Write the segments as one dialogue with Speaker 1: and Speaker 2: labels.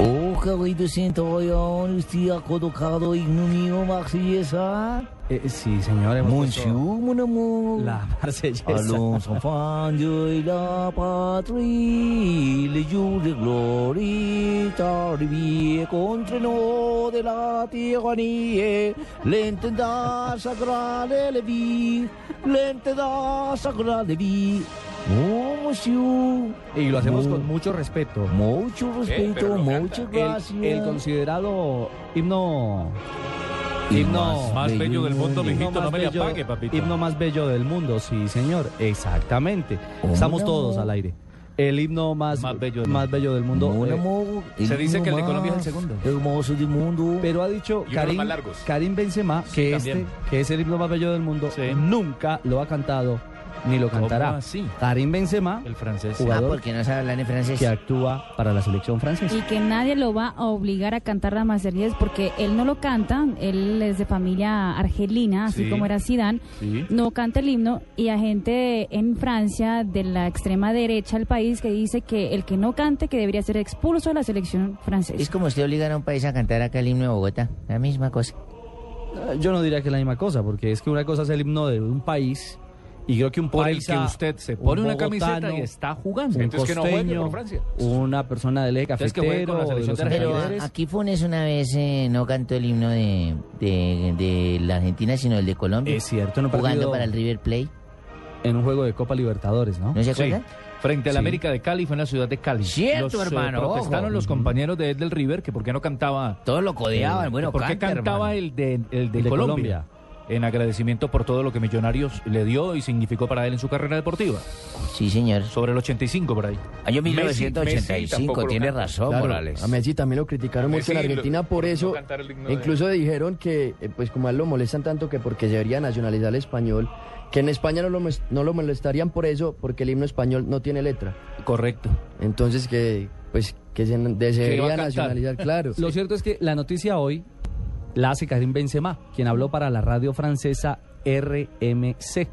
Speaker 1: お伺いとしてんとこよ、にしてやことかどいぬみをまくせいえさ。
Speaker 2: Eh, sí, señor. hemos
Speaker 1: もん
Speaker 2: puesto
Speaker 1: しゅうもなも。
Speaker 2: La
Speaker 1: A
Speaker 2: marsellesa.
Speaker 1: los infantes y la patria, le de glorita, revie contra no de la tiranía, le intenta sacrar el vi, le intenta sacrar el vi. Oh, monsieur.
Speaker 2: Y lo hacemos
Speaker 1: Mu-
Speaker 2: con mucho respeto.
Speaker 1: Mucho
Speaker 2: Eh,
Speaker 1: respeto, muchas gracias.
Speaker 2: El, el considerado himno.
Speaker 1: Y
Speaker 2: Himno
Speaker 3: Más bello del mundo,
Speaker 1: del
Speaker 3: mijito,
Speaker 2: himno
Speaker 3: no
Speaker 2: más
Speaker 3: me le
Speaker 2: bello-
Speaker 3: apague, papito.
Speaker 2: Himno más bello del mundo, sí, señor. Exactamente. Estamos
Speaker 1: Una
Speaker 2: todos
Speaker 1: mo-
Speaker 2: al aire. El himno más,
Speaker 3: Más bello del
Speaker 2: más bello del mundo.
Speaker 1: Mon
Speaker 2: eh,
Speaker 1: amour,
Speaker 3: se dice
Speaker 1: himno
Speaker 3: que el de Colombia es el
Speaker 1: más
Speaker 3: segundo.
Speaker 1: Hermoso del mundo.
Speaker 2: pero ha dicho
Speaker 3: los
Speaker 2: Karim,
Speaker 3: más largos.
Speaker 2: Karim Benzema que este,
Speaker 3: también.
Speaker 2: que es el himno más bello del mundo,
Speaker 3: Sí.
Speaker 2: nunca lo ha cantado ni lo
Speaker 3: ¿Cómo
Speaker 2: cantará.
Speaker 3: así?
Speaker 2: Karim Benzema,
Speaker 3: El francés.
Speaker 1: Ah,
Speaker 2: jugador
Speaker 1: porque no sabe hablar en francés.
Speaker 2: que actúa para la selección francesa.
Speaker 4: Y que nadie lo va a obligar a cantar la Marsellesa porque él no lo canta, él es de familia argelina, así
Speaker 3: Sí.
Speaker 4: como era Zidane,
Speaker 3: Sí.
Speaker 4: no canta el himno y hay gente en Francia de la extrema derecha del país que dice que el que no cante que debería ser expulso de la selección
Speaker 5: Es
Speaker 4: francesa.
Speaker 5: como usted obligar a un país a cantar acá el himno de Bogotá, la misma cosa.
Speaker 2: Eh, Yo no diría que es la misma cosa, porque es que una cosa es el himno de un país y creo que un
Speaker 3: Por el
Speaker 2: país
Speaker 3: que
Speaker 2: a-
Speaker 3: usted se
Speaker 2: un
Speaker 3: pone una
Speaker 2: bogotano,
Speaker 3: camiseta y está jugando.
Speaker 2: un
Speaker 3: Entonces, que no juegue
Speaker 2: costeño,
Speaker 3: por Francia.
Speaker 2: una persona del eje
Speaker 3: Entonces, que juegue
Speaker 2: cafetero,
Speaker 3: con la
Speaker 2: de
Speaker 3: selección
Speaker 2: los
Speaker 3: de Argentina.
Speaker 5: Pero a-
Speaker 2: alrededores.
Speaker 5: aquí Funes una vez eh, no cantó el himno de, de- de la Argentina, sino el de Colombia,
Speaker 2: es cierto, en un,
Speaker 5: jugando
Speaker 2: partido-
Speaker 5: para el River Plate.
Speaker 2: en un juego de Copa Libertadores, ¿no?
Speaker 5: ¿No se
Speaker 3: Sí.
Speaker 5: acuerdan?
Speaker 3: Frente a la
Speaker 2: Sí.
Speaker 3: América de Cali, fue en la ciudad de Cali.
Speaker 5: Cierto,
Speaker 3: Los, eh,
Speaker 5: hermano,
Speaker 3: Protestaron
Speaker 5: ojo.
Speaker 3: los compañeros de él del River que por qué no cantaba. eh,
Speaker 5: Todos lo codeaban, bueno,
Speaker 3: ¿Por qué
Speaker 5: canta,
Speaker 3: cantaba
Speaker 5: hermano.
Speaker 3: el de, el de
Speaker 2: El de
Speaker 3: Colombia?
Speaker 2: Colombia.
Speaker 3: En agradecimiento por todo lo que Millonarios le dio y significó para él en su carrera deportiva.
Speaker 5: Sí, señor.
Speaker 3: Sobre el 85 por ahí.
Speaker 5: Año
Speaker 3: Messi- 1985,
Speaker 5: 1985,
Speaker 3: Messi
Speaker 5: tiene
Speaker 3: tampoco lo
Speaker 5: razón,
Speaker 6: Claro,
Speaker 5: Morales.
Speaker 6: A Messi también lo criticaron mucho en Argentina por eso. incluso dijeron que, eh, pues como a él lo molestan tanto que porque debería nacionalizar el español, que en España no lo, mes- no lo molestarían por eso, porque el himno español no tiene letra.
Speaker 3: Correcto.
Speaker 6: Entonces que, pues, que se de- se
Speaker 3: Que iba
Speaker 6: debería
Speaker 3: a cantar.
Speaker 6: nacionalizar, claro.
Speaker 2: Lo cierto es que la noticia hoy la hace Karim Benzema, quien habló para la radio francesa RMC.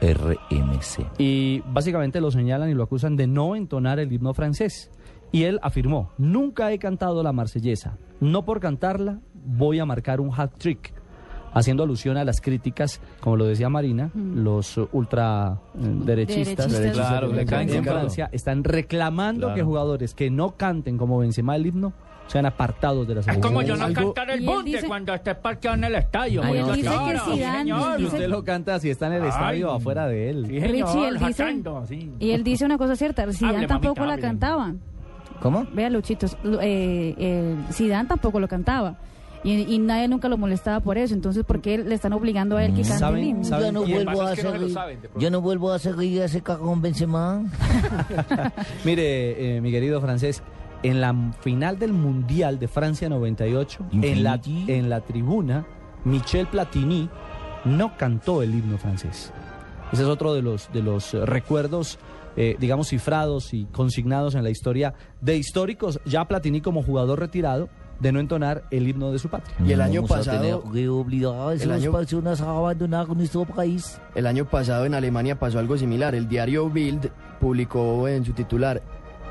Speaker 5: RMC.
Speaker 2: Y básicamente lo señalan y lo acusan de no entonar el himno francés. Y él afirmó, nunca he cantado la marsellesa. No por cantarla voy a marcar un hat trick. Haciendo alusión a las críticas, como lo decía Marina,
Speaker 4: Mm.
Speaker 2: los eh, ultraderechistas
Speaker 4: Derechistas.
Speaker 3: Claro, le caen
Speaker 2: en
Speaker 3: comprado.
Speaker 2: Francia están reclamando
Speaker 3: Claro.
Speaker 2: que jugadores que no canten como Benzema el himno sean apartados de la selección.
Speaker 3: como yo no
Speaker 6: Algo-
Speaker 3: cantar
Speaker 4: Y
Speaker 3: el
Speaker 4: él
Speaker 3: bunde
Speaker 4: dice-
Speaker 3: cuando esté parqueado en el estadio.
Speaker 4: Y él
Speaker 3: muchacho.
Speaker 4: dice que
Speaker 3: Claro, sí,
Speaker 4: Zidane,
Speaker 3: señor.
Speaker 2: Y
Speaker 4: dice-
Speaker 2: usted lo canta si está en el
Speaker 3: Ay.
Speaker 2: estadio afuera de él.
Speaker 3: Sí, señor,
Speaker 4: Richie, él dice-
Speaker 3: jacando, sí.
Speaker 4: Y él dice una cosa cierta, Zidane
Speaker 3: mamita,
Speaker 4: tampoco la
Speaker 3: hable.
Speaker 4: cantaba.
Speaker 5: ¿Cómo?
Speaker 4: Vea, Luchitos, lo- eh, eh, Zidane tampoco lo cantaba. Y, y nadie nunca lo molestaba por eso. Entonces, ¿por qué le están obligando a él que
Speaker 3: Mm.
Speaker 4: cante
Speaker 2: ¿Saben-
Speaker 4: el himno?
Speaker 2: saben
Speaker 5: Yo no
Speaker 2: quién?
Speaker 5: vuelvo
Speaker 3: Pasa
Speaker 5: a
Speaker 3: es que no se lo
Speaker 5: hacer.
Speaker 3: saben, de pronto.
Speaker 5: Yo no vuelvo a hacer reír a ese cagón Benzema.
Speaker 2: Mire, eh, mi querido francés, en la m- final del Mundial de Francia 98, en la,
Speaker 5: Infinity.
Speaker 2: en la tribuna, Michel Platini no cantó el himno francés. Ese es otro de los, de los eh, recuerdos, eh, digamos, cifrados y consignados en la historia de históricos, ya Platini como jugador retirado, de no entonar el himno de su patria.
Speaker 6: Y el año
Speaker 5: Vamos a
Speaker 6: pasado-
Speaker 5: tener que obligar a
Speaker 6: el
Speaker 5: esas
Speaker 6: año-
Speaker 5: personas a abandonar nuestro país.
Speaker 6: El año pasado en Alemania pasó algo similar. El diario Bild publicó en su titular,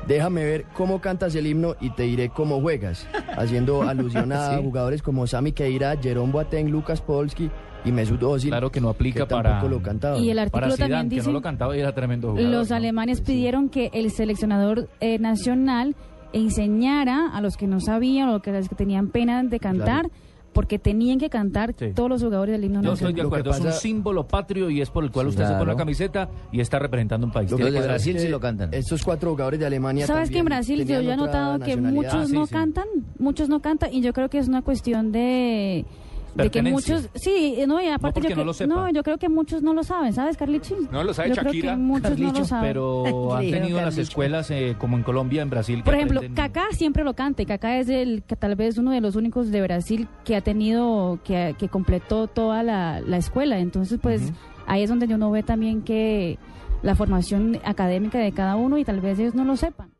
Speaker 6: déjame ver cómo cantas el himno y te diré cómo juegas, haciendo alusión a jugadores como Sami Keira, Jerome Boateng, Lucas Polski y Mesut Özil.
Speaker 3: Claro que no aplica
Speaker 6: que
Speaker 3: para-
Speaker 6: tampoco lo cantaban.
Speaker 4: Y el
Speaker 3: Para
Speaker 4: artículo
Speaker 3: Zidane,
Speaker 4: también
Speaker 3: que
Speaker 4: dice...
Speaker 3: no lo cantaba y era tremendo jugador.
Speaker 4: Los
Speaker 3: ¿no?
Speaker 4: alemanes
Speaker 3: Pues sí.
Speaker 4: pidieron que el seleccionador eh, nacional enseñara a los que no sabían o que- a los que tenían pena de cantar porque tenían que cantar todos los jugadores del himno
Speaker 3: Yo
Speaker 4: nacional.
Speaker 3: estoy de acuerdo, es un símbolo patrio y es por el cual usted se pone la
Speaker 6: claro.
Speaker 3: camiseta y está representando un país.
Speaker 6: Lo
Speaker 3: Tiene
Speaker 6: que
Speaker 3: que
Speaker 6: pasa
Speaker 3: saber.
Speaker 6: es que Estos cuatro jugadores de Alemania.
Speaker 4: ¿Sabes que en
Speaker 6: también
Speaker 4: Brasil yo
Speaker 6: tenían
Speaker 4: ya he
Speaker 6: otra
Speaker 4: notado que
Speaker 6: nacionalidad.
Speaker 4: muchos no cantan, muchos no cantan y yo creo que es una cuestión de de que
Speaker 7: Pertenencia.
Speaker 4: muchos sí no y aparte
Speaker 7: porque
Speaker 4: yo
Speaker 7: no
Speaker 4: creo,
Speaker 7: lo sepa.
Speaker 4: yo creo que muchos no lo saben sabes Carlichi
Speaker 7: No lo sabe
Speaker 4: yo creo
Speaker 7: Shakira.
Speaker 4: que muchos no lo saben
Speaker 3: Pero han tenido en las escuelas, eh, como en Colombia, en Brasil. que
Speaker 4: por ejemplo
Speaker 3: aprenden-
Speaker 4: Kaká siempre lo canta y Kaká es el que tal vez uno de los únicos de Brasil que ha tenido que, que completó toda la, la escuela entonces pues ahí es donde uno ve también que la formación académica de cada uno y tal vez ellos no lo sepan